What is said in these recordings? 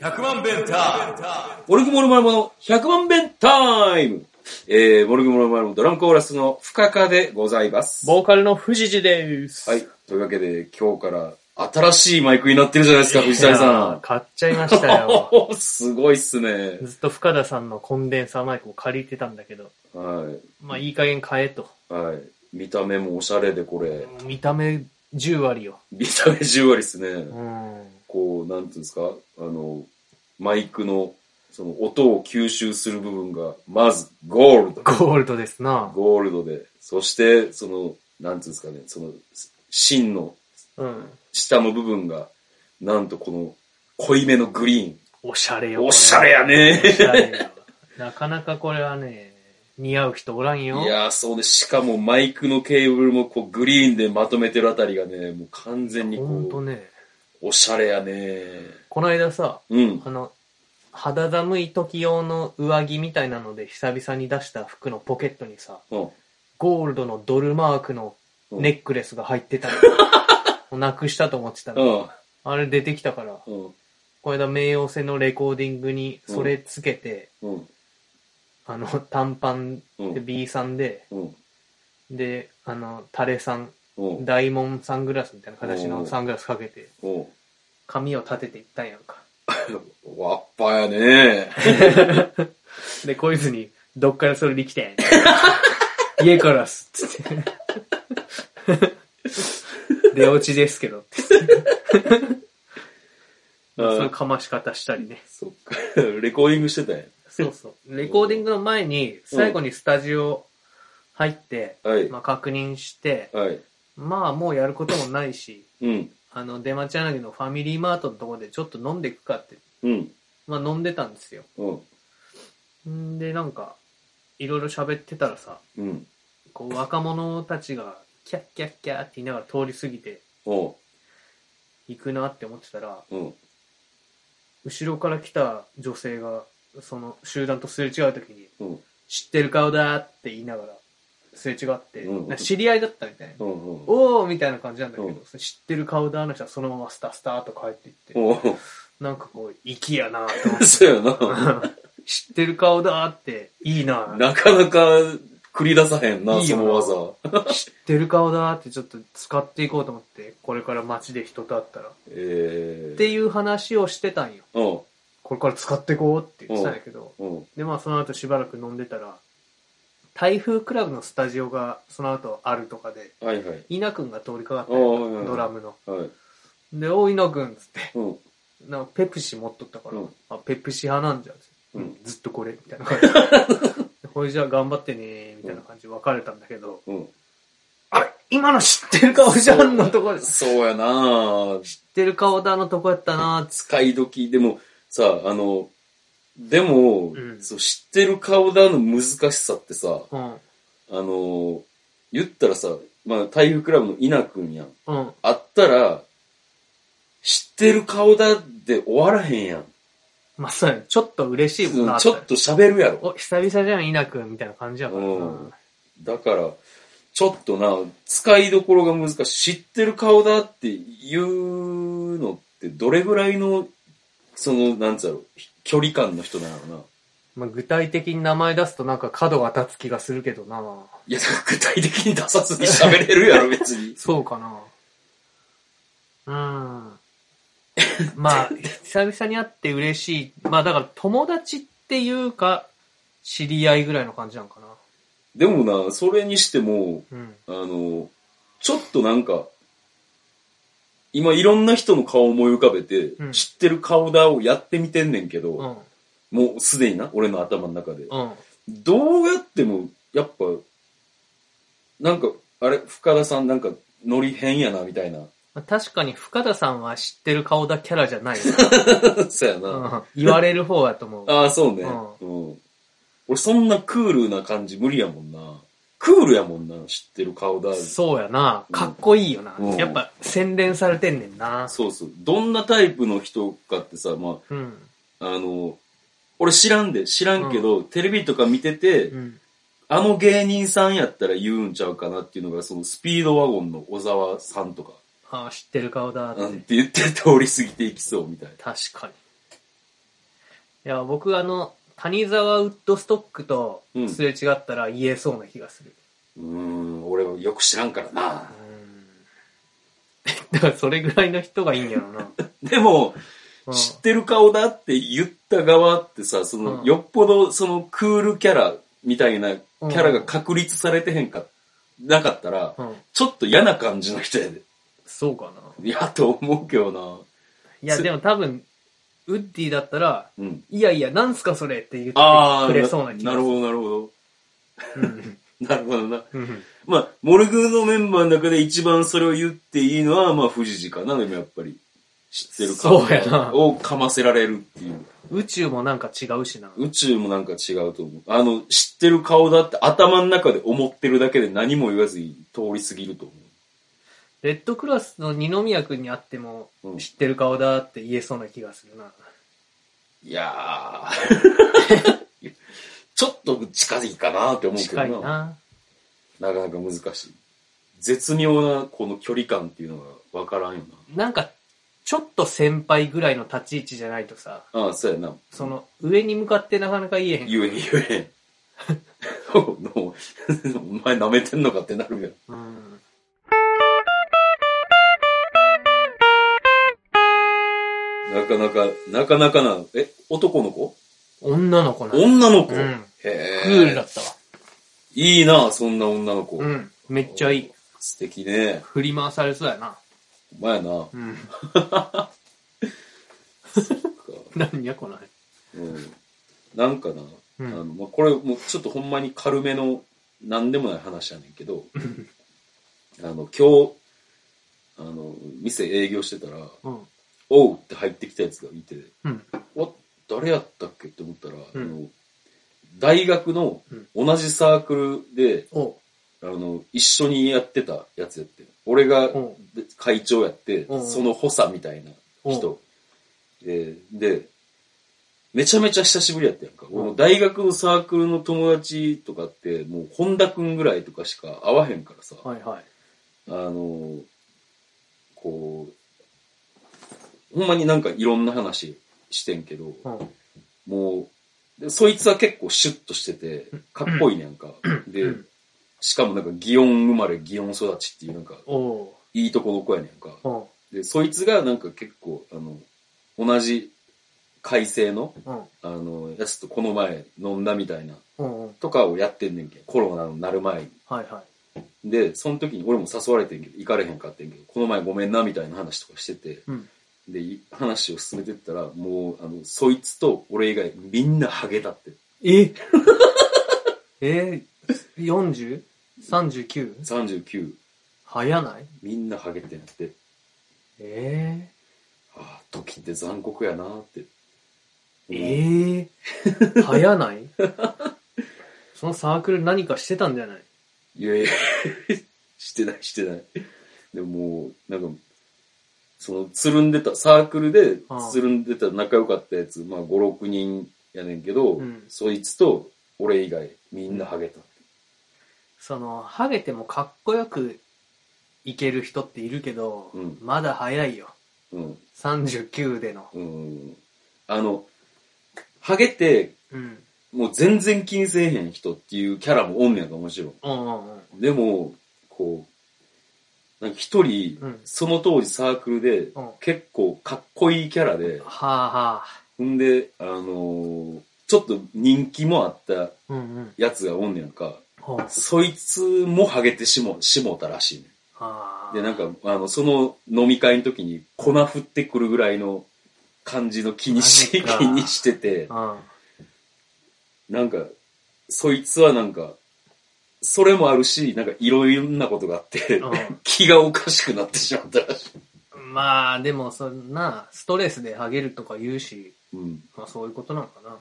100万弁タイムモルグモルマルモの100万弁タイムえー、モルグモルマルモドラムコーラスの深川でございます。ボーカルの藤次です。はい。というわけで、今日から新しいマイクになってるじゃないですか、藤い谷やーさ買っちゃいました よ。ん。すごいっすね。ずっと深田さんのコンデンサーマイクを借りてたんだけど、はまあいい加減買えと。い。はい。見た目もおしゃれで、これ。見た目10割よ。見た目10割っすねう。ん。こう、なんていうんですか、あの、マイクの、その、音を吸収する部分が、まず、ゴールド。ゴールドですな。ゴールドで、そして、その、なんていうんですかね、その、芯のうん。下の部分が、なんとこの、濃いめのグリおしゃれーよ。ン。おしゃれやこれ。おねしゃれよなかなかこれはね、似合う人おらんいよ。やー、そうで、しかもマイクのケーブルもこう、グリーンでまとめてるあたりがね、もう完全にほんとこう、ね。おしゃれやねこの間さ、うん。あの、肌寒い時用の上着みたいなので久々に出した服のポケットにさ、うん。ゴールドのドルマークのうんネックレスが入っ てたの。なくしたと思ってたうの。ん。あれ出てきたから、うん。この間冥王星のレコーディングにそれつけて、うん。あの、短パンうでん。 B さんで、うん。で、あの、タレさん、うん。ダイモンサングラスみたいな形うのんサングラスかけて、うん。髪を立てていったんやんか。わっぱやねで、こいつに、どっからそれできてん 家からっす、つって。出落ちですけど、って そのかまし方したりね。そっか。 レコーディングしてたんやそうそう。レコーディングの前に、最後にスタジオ入って、はい。まあ確認して、はい。まあもうやることもないし、うん。あの、出町柳のファミリーマートのところでちょっと飲んでいくかって、うん。まあ飲んでたんですよ。うん。んで、なんか、いろいろ喋ってたらさ、うん。こう若者たちが、キャッキャッキャーって言いながら通り過ぎておう。行くなって思ってたら、うん。後ろから来た女性が、その集団とすれ違う時に、うん。知ってる顔だって言いながら、すれ違って、うんなんか知り合いだったみたいな。うん。うん。おーみたいな感じなんだけど、うんその知ってる顔だの人はそのままスタスターと帰っていって、おう。なんかこう、粋やなと思っそうやな。て。 知ってる顔だって、いいななかなか繰り出さへんな、いいそよのな技。知ってる顔だってちょっと使っていこうと思って、これから街で人と会ったら。っえてえ。いう話をしてたんよ。うん。これから使っていこうって言ってたんやけど、うん。でまあその後しばらく飲んでたら、台風クラブのスタジオがその後あるとかで、はいはい。稲くんが通りかかったんおうはいはよいドラムの。はい。で、おい稲くんっつって。うん。なんかペプシ持っとったから、うんあペプシ派なんじゃん、うんずっとこれみたいな感 じこれじゃあ頑張ってねーみたいな感じで別れたんだけど、うん。あれ今の知ってる顔じゃんのところ知っそうやなてる顔だのとこやったなーっつ使い時。でも、さ、あの、でも、うんそう知ってる顔だの難しさってさ、うんあの、言ったらさ、まあ、台風クラブの稲君やん。うんあったら、知ってる顔だって終わらへんやん。まあそうやねちょっと嬉しいもんうなんちょっと喋るやろ。お久々じゃん稲くんみたいな感じやからな、うんだから、ちょっとな、使いどころが難しい。知ってる顔だっていうのって、どれぐらいの、その、なんつうやろ、距離感の人なのかな。まあ、具体的に名前出すとなんか角が立つ気がするけどないや、だから具体的に出さずに喋れる やろ、別に。そうかな。うん。まあ、久々に会って嬉しい。まあだから友達っていうか、知り合いぐらいの感じなんかでもな、それにしても、な。うん。あの、ちょっとなんか、今いろんな人の顔を思い浮かべて、うん知ってる顔だをやってみてんねんけうど、ん。もうすでにな、俺の頭の中で。うん。どうやっても、やっぱ、なんか、あれ、深田さんなんか、ノリ変やな、みたいな。 まあ、確かに深田さんは知ってる顔だキャラじゃないよ。そうやうな。ん。言われる方やと思う。ああ、そうね、う。うん俺、そんなクールな感じ無理やもんな。クールやもんな、知ってる顔だ。そうやな。かっこいいよな。うんやっぱ洗練されてんねんな。そうそう。どんなタイプの人かってさ、まうん。あ、あの、俺知らんで、知らんけど、テレビとか見てて、うん。あの芸人さんやったら言うんちゃうかなっていうのが、そのスピードワゴンの小沢さんとか。ああ、知ってる顔だって。なんて言って通り過ぎていきそうみたいな。確かに。いや、僕あの、谷沢ウッドストックとうんすれ違ったら言えそうな気がする。うーん、俺はよく知らんからな。うんだからそれぐらいの人がいいんや ろな。でも、うん知ってる顔だって言った側ってさ、その、うんよっぽどそのクールキャラみたいなキャラが確立されてへんか、なかったら、うん。ちょっと嫌な感じの人やで。そうかな。いや、と思うけどいや、すでも多分、ウッディだったら、な。うん。いやいや、なんすかそれって言ってああ、くれそうな気がすなるる。ほど、なるほど。うんなるほどな。うんまあ、モルグーのメンバーの中で一番それを言っていいのは、まあ、富士寺かな、でもやっぱり。知ってる顔そうやなをかませられるっていう。宇宙もなんか違うしな。宇宙もなんか違うと思う。あの、知ってる顔だって頭の中で思ってるだけで何も言わずに通り過ぎると思レッドクラスの二宮君に会っても、う。うん、知ってる顔だって言えそうな気がするな。いやー。 ちょっと近いかなって思うけど近いな。なかなか難しい。絶妙なこの距離感っていうのがわからんよなんか、ちょっと先輩ぐらいの立ち位置じゃないとさ、な。ああ、そうやな。その、上に向かってなかなか言えへん。言えん言えん。 お のお前舐めてんのかってなるやん。うん。なかなか、なかなかな、え、男の子女の子なの。女の子、うんへクールだえ。ったわ。いいな、そんな女の子。うん。めっちゃいい。素敵ね。振り回されそうやな。お前やな。うん。 何やこの辺。うん。なんかな、うんあの、まあ、これもうちょっとほんまに軽めの、なんでもない話やねんけど、あの、今日、あの、店営業してたら、うん。おうって入ってきたやつがいて、うん。お誰やったっけって思ったら、うんあの大学の同じサークルで、おう。あの一緒にやってたやつやって俺がおで会長やって、うんその補佐みたいな人、ででめちゃめちゃ久しぶりやったやんか、うん俺も大学のサークルの友達とかってもう本田君ぐらいとかしか会わへんからさ、う。はいはい。あの、こう、ほんまになんかいろんな話してんけど、うん。もう、でそいつは結構シュッとしてて、かっこいいねんか。でうん、しかもなんか祇園生まれ、祇園育ちっていうなんか、おう。いいとこの子やねんか。おう。で、そいつがなんか結構、あの、同じ改正の、うん。あの、やつとこの前飲んだみたいな、うん。うんとかをやってんねんけん。コロナになる前に。はいはい。で、その時に俺も誘われてんけど、行かれへんかってんけど、この前ごめんなみたいな話とかしてて、うん。で、い話を進めてったら、もう、あの、そいつと俺以外みんなハゲたって。え えー、40?39? 39、早ないみんなハゲてんって。えああ、時って残酷やなって。ー、えー、早ない そのサークル何かしてたんじゃないいやいや、 してないしてない。でももう、なんか、その、つるんでた、サークルでああ、つるんでた仲良かったやつ、まあ、5、6人やねんけど、うんそいつと俺以外みんなハゲた。その、ハゲてもかっこよくいける人っているけど、うんまだ早いよ。うん。 39での。うん。あの、ハゲて、うん。もう全然気にせえへん人っていうキャラもおんねやんか、もちろうんうんうん。ん。でも、こう、なんか一人、うんその当時サークルで、うん結構かっこいいキャラでは、あはあ。ほんで、あのーちょっと人気もあったうんうん。やつがおんねやんか、ほう。はそいつもハゲてしも、しもたらしいねあ。ん。で、なんか、あの、その飲み会の時に粉振ってくるぐらいの感じの気にし、マジか気にしてて、うん。なんか、そいつはなんか、それもあるし、なんかいろいろなことがあって、うん気がおかしくなってしまったらしい。まあ、でも、そんな、ストレスでハゲるとか言うし、うん。まあそういうことなのかな。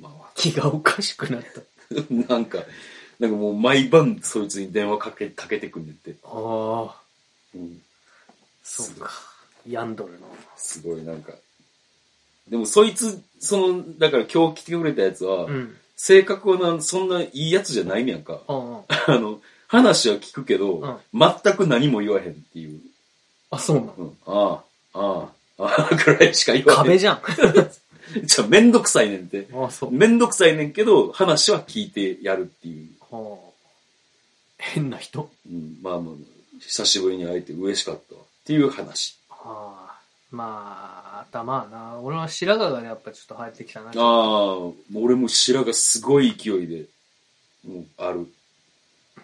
まあ、気がおかしくなった。なんか、なんかもう毎晩そいつに電話かけ、かけてくんねんって。ああ、うん。そうか。ヤンドルの。すごいなんか。でもそいつ、その、だから今日来てくれたやつは、うん。性格はなんそんないいやつじゃない ねやんか。うんうん。あの、話は聞くけど、うん全く何も言わへんっていう。あ、そうなのうん、ああ、ああ、あ あぐらいしか言わない。壁じゃん。じゃあめんどくさいねんって。あ、そう。めんどくさいねんけど、話は聞いてやるっていう。はあ、変な人。うん、まあまあ、久しぶりに会えて嬉しかったわっていう話。はあ、まあ、頭はな。俺は白髪がねやっぱちょっと生えてきたな。ああ、もう俺も白がすごい勢いで、もうある。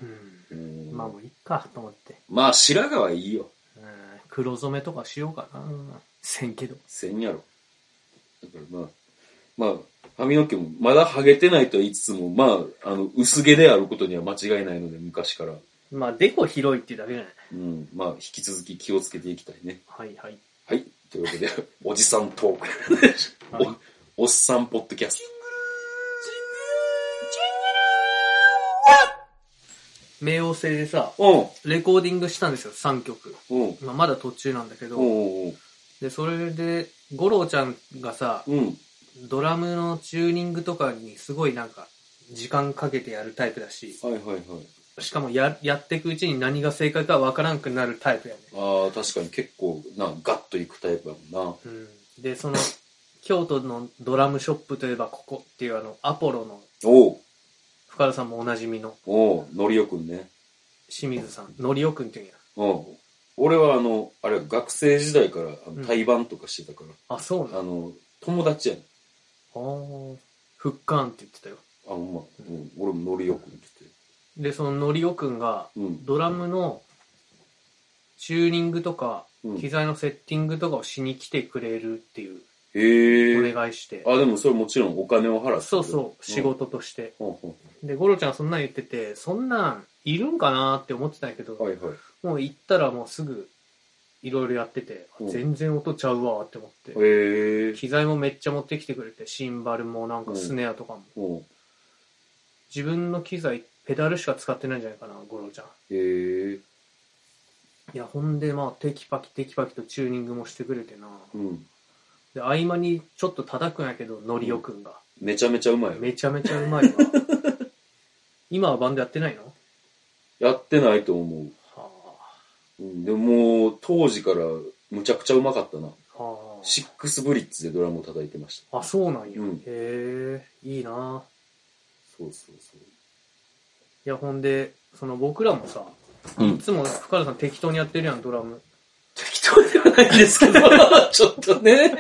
うん。うんまあもういいかと思って。まあ白髪はいいよ。うん、黒染めとかしようかな。せんけど。せんやろ。だからまあ、まあ、髪の毛もまだハゲてないとは言いつつも、まあ、あの、薄毛であることには間違いないので、昔から。まあ、デコ広いっていうだけじゃない。うん、まあ、引き続き気をつけていきたいね。はいはい。はい。ということで、 おじさんトーク。はいおおっさんポッドキャス冥王星でさ、ト。レコーディングしたんですよ、3曲。うん、うん、まあ、まだ途中なんだけうど。ん、うんで、それで、五郎ちゃんがさ、うん、ドラムのチューニングとかにすごいなんか、時間かけてやるタイプだし、はいはいはい。しかもや、やっていくうちに何が正解かわからんくなるタイプやね。ああ、確かに結構な、ガッといくタイプだもんな。うん。で、その、京都のドラムショップといえばここっていうあの、アポロの、おう、深田さんもおなじみの、おう、のりおくんね。清水さん、のりおくんっていうんや。うん。俺はあの、あれ学生時代からあうのん対バンとかしてたから、あ、そうなのあの、友達やねん。あーふっかんって言ってたよ。あ、ほんま、うん、俺ものりおくんってで、そののりおくんが、言って。ドラムのチューニングとか、うん。うん、機材のセッティングとかをしに来てくれるっていうおへえ。願いして、あ、でもそれもちろんお金を払って。そうそう、仕事として。うん。うんで、ゴロちゃんそんなん言ってて、そんなんいるんかなって思ってたんやけど、うんはいはい。もう行ったらもうすぐいろいろやってて、うん全然音ちゃうわって思って、へえ。機材もめっちゃ持ってきてくれて、シンバルもなんかスネアとかも。うん。自分の機材、ペダルしか使ってないんじゃないかな、ゴロちゃん。へえ。いや、ほんで、まあ、テキパキテキパキとチューニングもしてくれてな。うん。で、合間にちょっと叩くんやけど、のりおくんが。めちゃめちゃうまいよ。めちゃめちゃ うまいわ。今はバンドやってないのやってないと思はう。うん、でももう、当時からむちゃくちゃうまかったな。あ。はシックスブリッツでドラムを叩いてました。あ。あ、そうなんや。うんへえ、いいな。そうそうそいや、ほんで、その僕らもさ、う。うい。つも深田さん適当にやってるやん、ドラム。適当ではないんですけ ど、ちょっとね。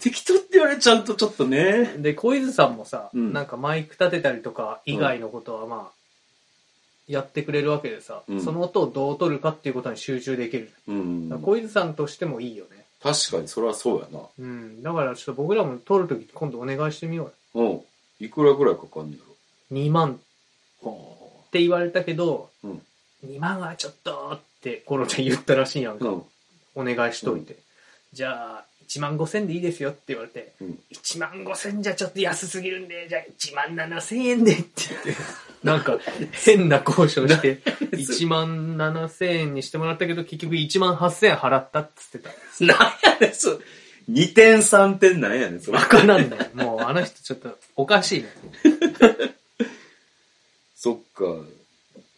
適当って言われちゃうとちょっとね。で、小泉さんもさ、うんなんかマイク立てたりとか以外のことはまあ、やってくれるわけでさ、うんその音をどう取るかっていうことに集中できる。うん。だから確小泉さんとしてもいいよね。かにそれはそうやな。うん。だからちょっと僕らも撮るとき今度お願いしてみようよ。うん。いくらぐらいかかんねや2万ろ。はって言われたけど、うん2万はちょっとってコロちゃん言ったらしいやんか。お願いしといて。じゃあ、1万5千でいいですよって言われて、うん1万5千じゃちょっと安すぎるんで、じゃあ1万7千円でって言って、 なんか変 な交渉して、1万7千円にしてもらったけど、結局1万8千円払ったっつってた。うん。なんやねん、それ。2点3点なんやねん、それバ。カなん だよ。もうあの人ちょっとおかしいね。そっか。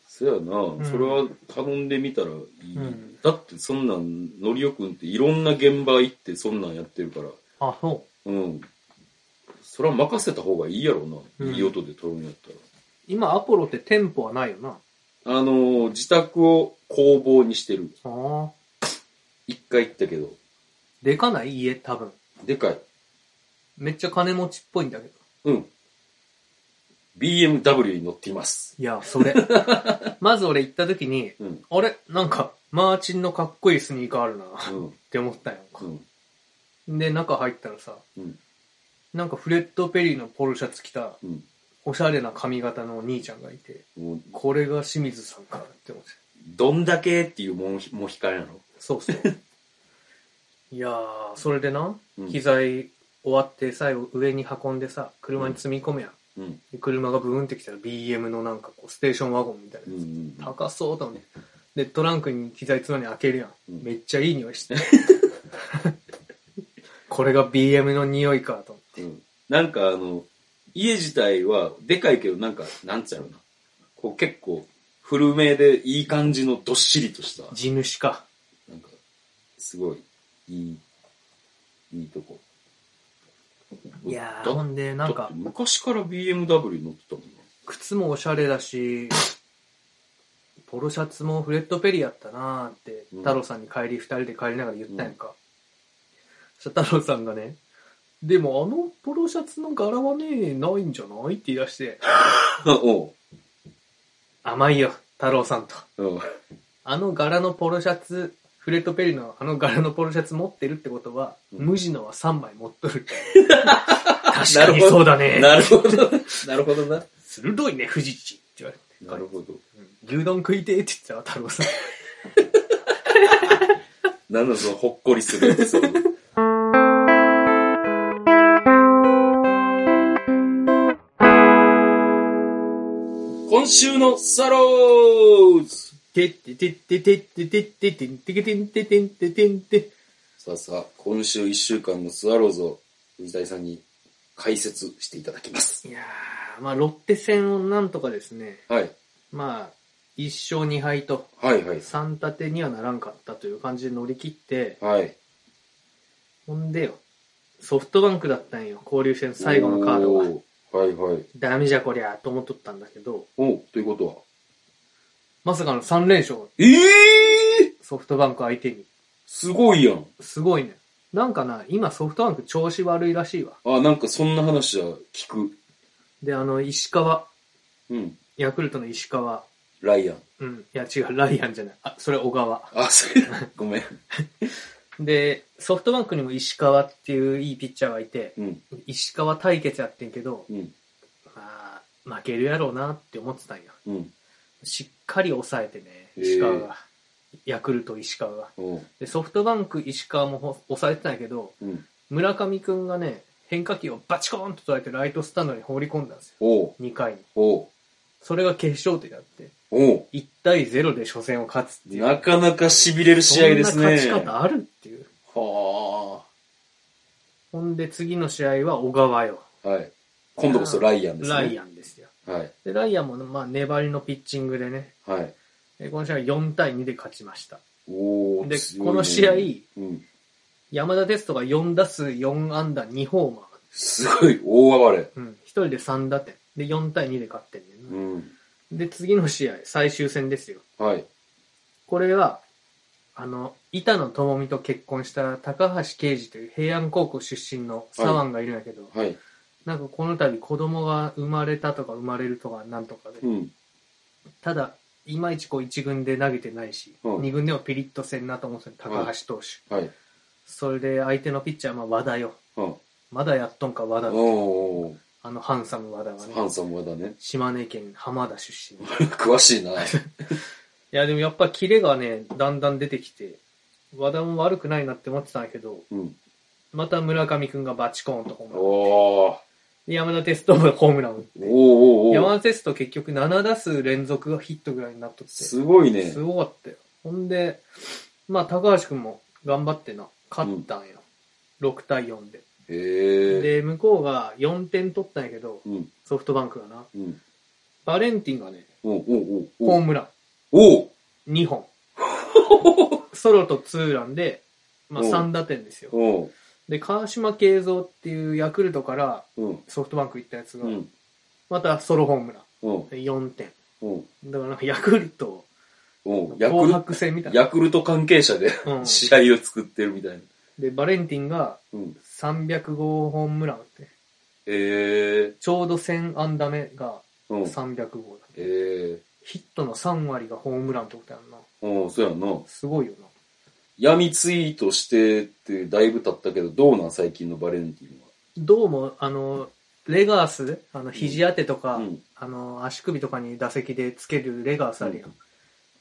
そやな、んそれは頼んでみたらいい。うんだってそんなん、のりおくんっていろんな現場行ってそんなんやってるから。あ、そう。うん。それは任せた方がいいやろうな。うんいい音で撮るんやったら。今アポロって店舗はないよな。あのー自宅を工房にしてる。ああ。一回行ったけど、でかない家多分。でかい。めっちゃ金持ちっぽいんだけうど。ん。BMW に乗っています。いや、 それ。まず俺行った時に、うん。あれなんか、マーチンのかっこいいスニーカーあるな、 っうん。て思ったよ。うん。で、中入ったらさ、うん。なんかフレッド・ペリーのポロシャツ着た、うん。おしゃれな髪型のお兄ちゃんがいて、もうこれが清水さんかって思って。どんだけっていうモンモヒカンやろ。そ うそう。いやー、それでなう、ん機材終わって最後上に運んでさ、車に積み込むやん。うん。で車がブーンってきたら BM のなんかこう、ステーションワゴンみたいなやつうん。うん。高そうだもんね。で、トランクに機材つまに開けるやん。うんめっちゃいい匂 いして。これが BM の匂いかと思って。うんなんかあの、家自体はでかいけど、なんか、なんつうやろな。こう結構、古めでいい感じのどっしりとした、地主か。なんか、すごい、いい、いいとこ。いやー、だほんで、なんだっかて、昔から BMW 乗ってたもんね。靴もおしゃれだし、ポロシャツもフレッドペリやったなーってうん、太郎さんに帰り、二人で帰りながら言ったやんか。そしたら太郎さんがね、でもあのポロシャツの柄はね、ないんじゃないって言い出して、 おう甘いよ、太郎さんと。おうあの柄のポロシャツ、フレットペリのあの柄のポロシャツ持ってるってことは、うん無地のは3枚持っと る。確なかるにほどそうだね。なるほど。 なるほどな。鋭いね、富士地って言われて。なるほど。牛丼食いてーって言ってたわ、太郎さん。なんだそのほっこりするエピソード。今週のサローズてっててっててっててっててんてけてんててんててんて。さあさあ、今週1週間のスワローズを藤谷さんに解説していただきます。いやー、まあ、ロッテ戦をなんとかですね、はい。まあ、1勝2敗と、はいはい。 3立てにはならんかったという感じで乗り切って、はい。ほんでよ、ソフトバンクだったんよ、交流戦最後のカードは。おー。はいはい。ダメじゃこりゃ、と思っとったんだけど、おうということは。まさかの3連勝、ええー、ソフトバンク相手に。すごいやん。すごいね。なんかな、今ソフトバンク調子悪いらしいわ。あ、なんかそんな話は聞く。で、あの、石川、うん。ヤクルトの石川、ライアン。うん。いや、違う、ライアンじゃない。あ、それ小川。あ、それ、ごめん。で、ソフトバンクにも石川っていういいピッチャーがいて、うん。石川対決やってんけど、うん。まあ、負けるやろうなって思ってたんよ。うん。しっかり抑えてね、へー石川が。ヤクルト石川が。おう。で、ソフトバンク石川もほ抑えてたんやけど、うん。村上くんがね、変化球をバチコーンと捉えてライトスタンドに放り込んだんですよ。おう。 2回に。おう。それが決勝点だって。おう。 1対0で初戦を勝つっていう。なかなか痺れる試合ですね。そんな勝ち方あるっていう。はほんで次の試合は小川よ。あ。はい。今度こそライアンですね。ライアンですよ。アン。はい。で、ライアンも、まあ、粘りのピッチングでね、はい。えこの試合は4対2で勝ちました。おーで強い、ねこの試合、うん。山田哲人が4打数4安打2ホーマー。すごい、大暴れ。うん。1人で3打点。で、4対2で勝ってんねんなうん。で、次の試合、最終戦ですよ。はい。これは、あの、板野友美と結婚した高橋啓二という平安高校出身の左腕がいるんだけど、はい。なんかこの度子供が生まれたとか生まれるとかなんとかで、うん。ただ、いまいちこう1軍で投げてないし、二うん2軍でもピリッとせんなと思ってた高橋投手。はい。それで相手のピッチャー、まあ和田よ。うん。まだやっとんか和田。おー。あのハンサム和田がねハ。ンサムはだね。 島根県浜田出身。い詳しいな。や、でもやっぱキレがね、だんだん出てきて、和田も悪くないなって思ってたんやけど、うん。また村上くんがバチコーンとホームラン。おー。で山田テストもホームラン打っおーおて。ーお山ー。田テスト結局7打数連続がヒットぐらいになっとって。すごいねす。ごかったよ。ほんで、まあ、高橋くんも頑張ってな、勝ったんよ。6対4で。へえ。で、向こうが4点取ったんやけど、うん。ソフトバンクがな。うん。バレンティンがね、おうおうおホうームラおうン2本。 ソロとツーランで、まあ、おう3打点ですよ。おうで、川島慶三っていうヤクルトからうん。ソフトバンク行ったやつがう、ん。またソロホームラン。うん。 4点。うん。だからなんかヤクルト、うん。ヤク紅ル白戦みたいな。ヤクルト関係者でうん試合を作ってるみたいな。で、バレンティンがうん。 300号ホームラン打って。ええ。ちょうど1000安打目がうん。 300号だ。ええ。ヒットの3割がホームランってことやんな。うん、そうやんな。すごいよな。闇ツイートしてってだいぶ経ったけど、どうなん最近のバレンティンどうも、あの、レガース、あの、肘当てとか、は。うん。あの、足首とかに打席でつけるレガースあるやん。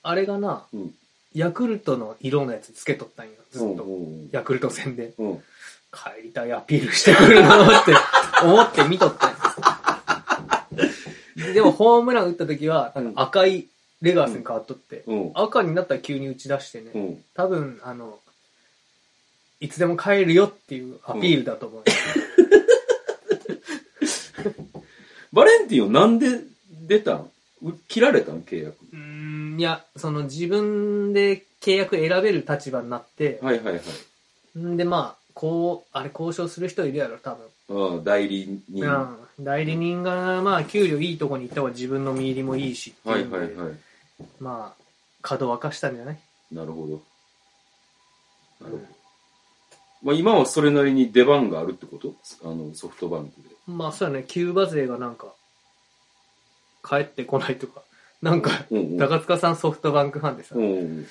あれがな、うんヤクルトの色のやつつけとったんよ、ずっと。うん。ヤクルト戦で。うん。帰りたいアピールしてくるなって思って見 とったんよでもホームラン打った時は、なんか赤いレガースに変わっとって、うん。赤になったら急に打ち出してね、うん。多分、あの、いつでも帰るよっていうアピールだと思うよ。バレンティンをなんで出たんう切られたん契約。うーん、いや、その自分で契約選べる立場になって、はいはいはい。んでまあ、こう、あれ交渉する人いるやろ、多分。うん、代理人。うはん。代理人が、まあ、給料いいとこに行った方が自分の身入りもいいしっていいはういんではい。まあ、角沸かしたんじゃないなるほど。なるほど。まあ今はそれなりに出番があるってことあの、ソフトバンクで。まあ、そうやね、キューバ勢がなんか、帰ってこないとか。なんか、 うんうん。高塚さんソフトバンクファンでさう、んうん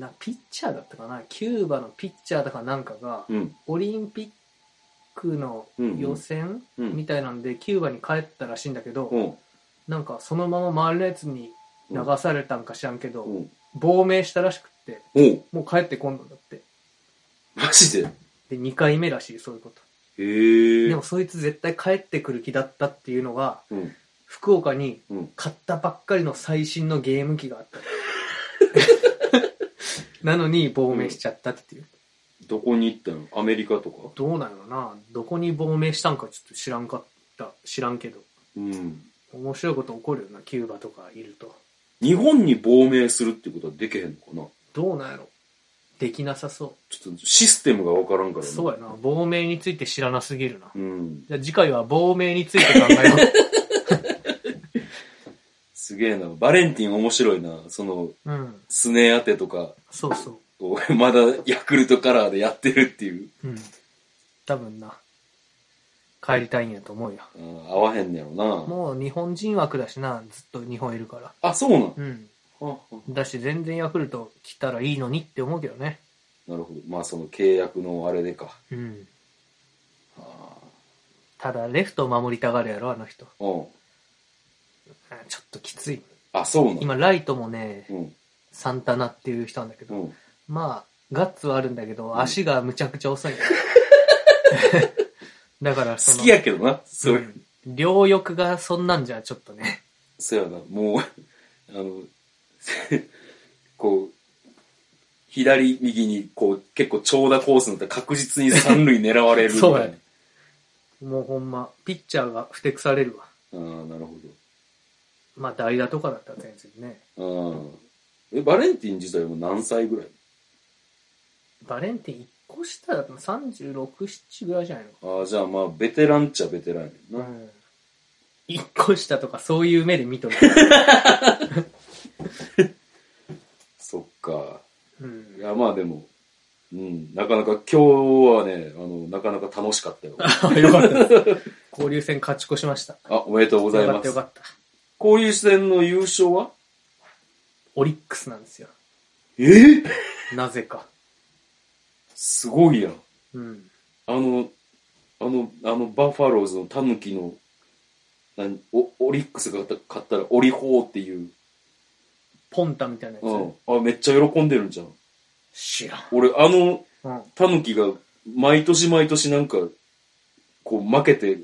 な、ピッチャーだったかなキューバのピッチャーだかなんかが、うん。オリンピックの予選うんうんみたいなんで、キューバに帰ったらしいんだけうど、ん。なんかそのまま周りのやつに流されたんか知らんけうど、ん。亡命したらしくって、おうもう帰ってこんのだって。マジでで、2回目らしい、そういうこと。へえ。でもそいつ絶対帰ってくる気だったっていうのが、うん。福岡にうん。買ったばっかりの最新のゲーム機があ った。なのに亡命しちゃったっていう。どこに行ったのアメリカとかどうなんやろなどこに亡命したんかちょっと知らんかった。知らんけど。うん。面白いこと起こるよな、キューバとかいると。日本に亡命するってことはできへんのかなどうなんやろできなさそちょっとシステムがわからんかう。らねそうやな。亡命について知らなすぎるな。うん。じゃあ次回は亡命について考えよすげえな。バレンティン面白いな。その、 う。うん。スネ当てとかそうそう。を まだヤクルトカラーでやってるっていう。うん。多分な。帰りたいんやと思うよ。あー合わへんねやろな。もう日本人枠だしな、ずっと日本いるから。あ、そうなん。うん。はあはあだし全然ヤクルト来たらいいのにって思うけどね。なるほど。まあその契約のあれでか。うん。あただ、レフトを守りたがるやろ、あの人。ーうん。あちょっときつい。あ、そうなん。今、ライトもね、うん。サンタナっていう人なんだけど、うん。まあ、ガッツはあるんだけど、足がむちゃくちゃ遅 い。だから、その、好きやけどな。そうう、ん両翼がそんなんじゃちょっとね。そうやな。もう、 あの、こう、左、右に、こう、結構長打コースになったら確実に三塁狙われるみたいな。 そうやねもうほんま、ピッチャーが不適されるわ。ああ、なるほまあ、代打とかだったら全然ね。ど。ああ。え、バレンティン自体は何歳ぐらいバレンティン1個下だと36、7ぐらいじゃないのか。ああ、じゃあまあ、ベテランっちゃベテランやな。うん。1個下とかそういう目で見とる。そっか。うい ん。や、まあでも、うん、なかなか今日はね、あの、なかなか楽しかったよ。よかったです。交流戦勝ち越しました。あ、おめでとうございよかまったすよ。かった。交流戦の優勝はオリックスなんですよ。ええなぜか。すごいやん。うん。あの、あの、あの、バファローズのタヌキの、何おオリックスが勝った勝ったら、オリホーっていう。ポンタみたいなやつ。うん。あ、めっちゃ喜んでるんじゃん。知らん。俺、あの、うん。タヌキが、毎年毎年なんか、こう、負けて、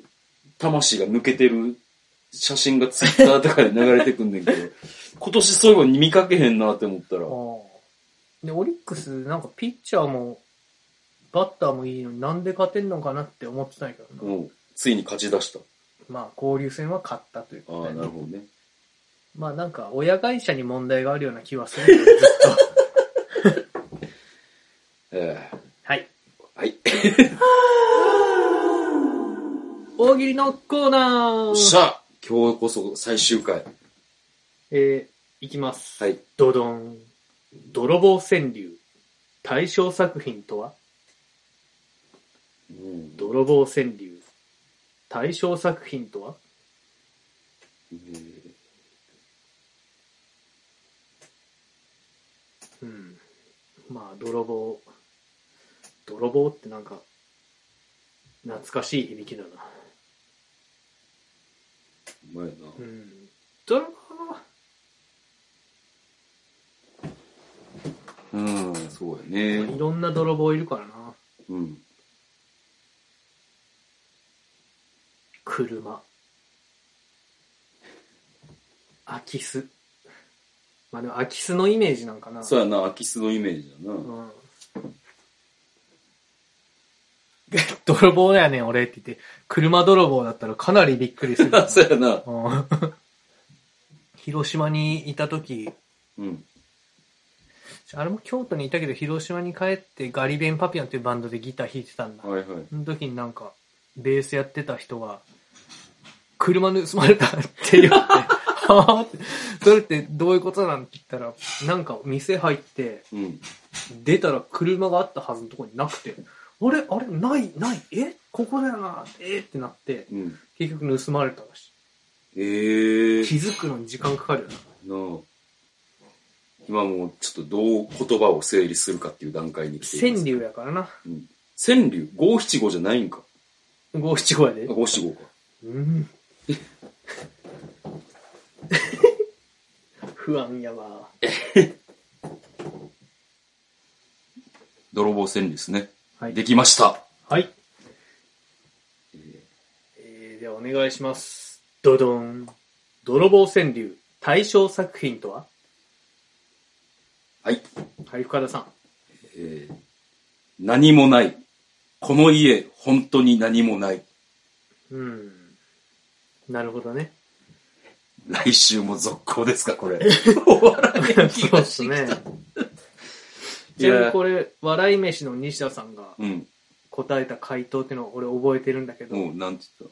魂が抜けてる写真がツイッターとかで流れてくんねん けど、今年そういえば見かけへんなって思ったら、で、オリックス、なんかピッチャーも、バッターもいいのになんで勝てんのかなって思ってたんやけどな。うん。ついに勝ち出した。まあ、交流戦は勝ったというあことあ、でなるほどね。まあ、なんか、親会社に問題があるような気はするけ ど。ずっとええはい。はい。大喜利のコーナよっーしゃ今日こそ最終回。えー、いきます。はい。ドドン。泥棒川柳。対象作品とはうん泥棒川柳。対象作品とはうん。まあ、泥棒。泥棒ってなんか、懐かしい響きだな。うまいな。うん。泥棒うん、そうやいね。ろんな泥棒いるからな。うん。車。空き巣。まあでも空き巣のイメージなんかな。そうやな、空き巣のイメージだな。うん。泥棒だよね、俺って言って。車泥棒だったらかなりびっくりするよな。 そうやな。うん広島にいた時、うん。あれも京都にいたけど、広島に帰ってガリベンパピアンっていうバンドでギター弾いてたんだ。はいはい。その時になんか、ベースやってた人が、車盗まれたって 言って、はぁって、それってどういうことなんて言ったら、なんか店入って、うん。出たら車があったはずのところになくて、あれあれないないえここだよなえってなって、うん。結局盗まれたらしええい。気づくのに時間かかるよな。なあ。今もうちょっとどう言葉を整理するかっていう段階に来てい川ます。柳やからな。川柳五七五じゃないんか。五七五やであ。五七五か。うん。 不安やわ。泥棒川柳ですね。はいできました。はい。えー、ではお願いします。ドドン。泥棒川柳、大賞作品とははい。はい、深田さん。えー何もない。この家、本当に何もない。うん。なるほどね。来週も続行ですか、これ。終わらない気そうがでしてすきた。ね。い ちなみやにこれ、笑い飯の西田さんがうん。答えた回答っていうのを俺覚えてるんだけど、もう、なんて言っ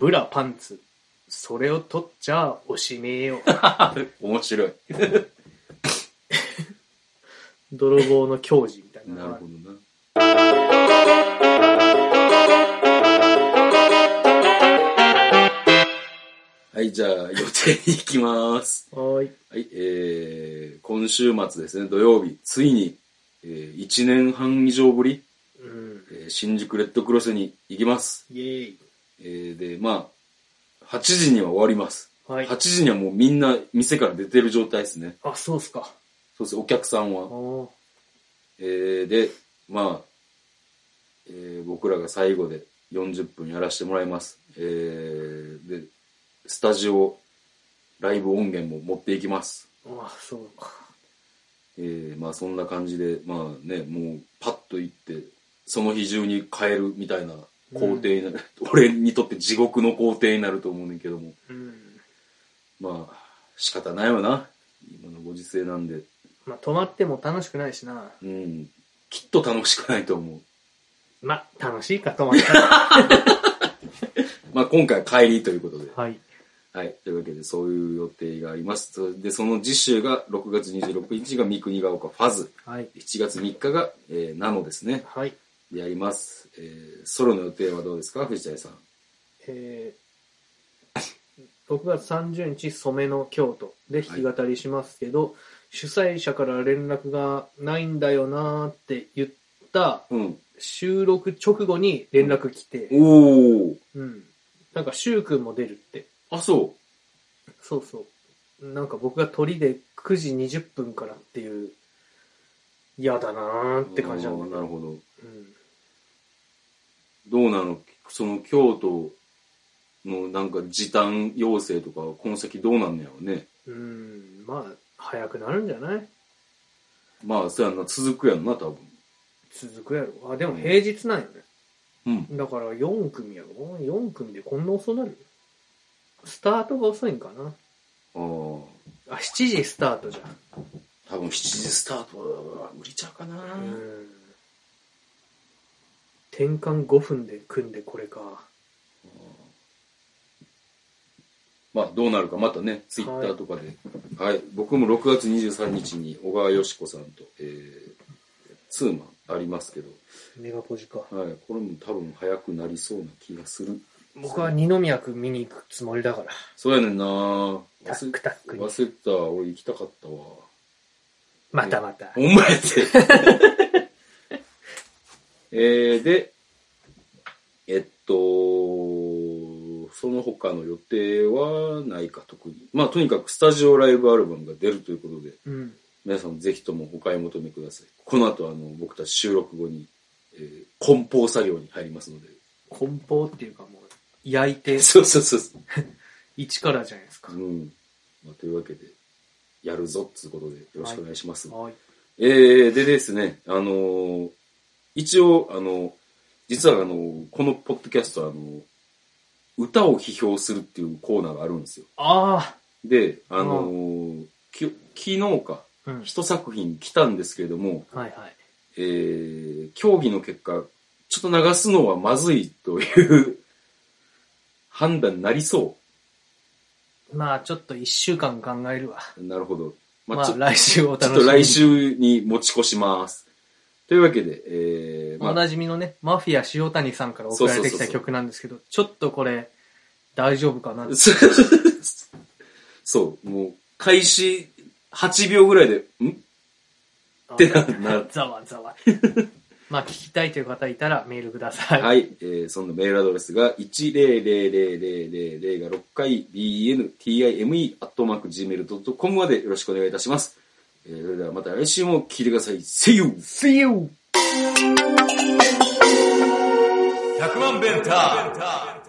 ブラパンツ、それを取っちゃおしめえよ。 た面白い。泥棒の矜持みたいななのるがあほどな。はい、じゃあ、予定に行きます。る。はーい。はい、えー、今週末ですね、土曜日、ついに、えー、1年半以上ぶり、うん。えー新宿レッドクロスに行きます。イェーイ。えー、で、まあ、8時には終わります。はい8。時にはもうみんな店から出てる状態ですね。あ、そうっすか。そうです、お客さんは。おーえーで、まあ、えー僕らが最後で40分やらせてもらいます。えーで、スタジオ、ライブ音源も持っていきます。あ、そうか。えーまあそんな感じで、まあね、もうパッと行って、その日中に変えるみたいな工程になる。 俺にとって地獄の工程になると思うねんけども。うん。まあ、仕方ないよな。今のご時世なんで。まあ、泊まっても楽しくないしな。うん。きっと楽しくないと思う。まあ、楽しいか、泊まっ たら。まあ今回は帰りということで。はい。はい。というわけで、そういう予定があります。そで、その次週が、6月26日が三国ヶ丘ファズ。はい。 7月3日が、えー、ナノですね。はい。で、やります。えー、ソロの予定はどうですか藤谷さん。えー、6月30日、染めの京都で弾き語りしますけど、主催者から連絡がないんだよなーって言ったうん。収録直後に連絡来て、おー。うん。なんか、シュウ君も出るって。あ、そそうそう。なんか僕が鳥で9時20分からっていう、嫌だなーっう。て感じなんだあーけなどるほど。うんどうなのその、京都のなんか時短要請とか、この先どうなんのやろうね。うん、まあ、早くなるんじゃないまあ、そうやんな。続くやんな、多分。続くやろ。あ、でも平日なんよね。うん。だから4組やろ ?4 組でこんな遅なるスタートが遅いんかああ。なあ、7時スタートじゃ多分7時スタートは無理ちゃうかな。ん。うん。転換5分で組んでこれか。まあどうなるかまたね、ツイッターとかで。はい、僕も6月23日に小川よしこさんと、えー、ツーマンありますけど、メガポジか。はい、これも多分早くなりそうな気がする。僕は二宮君見に行くつもりだから。そうやねんな忘タックタックに忘れてた。俺行きたかったわ。またまたお。前って。 えー、で、えっと、その他の予定はないか特に。まあとにかくスタジオライブアルバムが出るということで、うん。皆さんぜひともお買い求めください。この後、あの、僕たち収録後に、えー梱包作業に入りますので。梱包っていうかもう、焼いて、そうそうそうそ一からじゃないですかう。。うん。まあ、というわけで、やるぞっつうことでよろしくお願いします。はい。えー、でですね、あのー一応、あの、実はあの、このポッドキャストは、あの、歌を批評するっていうコーナーがあるんですよ。あで、あのーき昨日か、あ。うん。一作品来たんですけれども、はいはい。えー、競技の結果、ちょっと流すのはまずいという判断になりそまあちょっと一週間考えるわ。う。なるほど。まあ、まあちょ来週をお楽ちしょっみに。と来週に持ち越します。というわけで、えー、おまあ、なじみのね、マフィア塩谷さんから送られてきそうそうそうたそう曲なんですけど、ちょっとこれ、大丈夫かな そう、もう、開始8秒ぐらいで、んてななざわざわ。 まあ、聞きたいという方いたらメールください。はい、えー、そのメールアドレスが1000000が6回 bntime.gmail.com までよろしくお願いいたします。えー、それではまた来週も聞いてください。See you! See you! 100万ベンター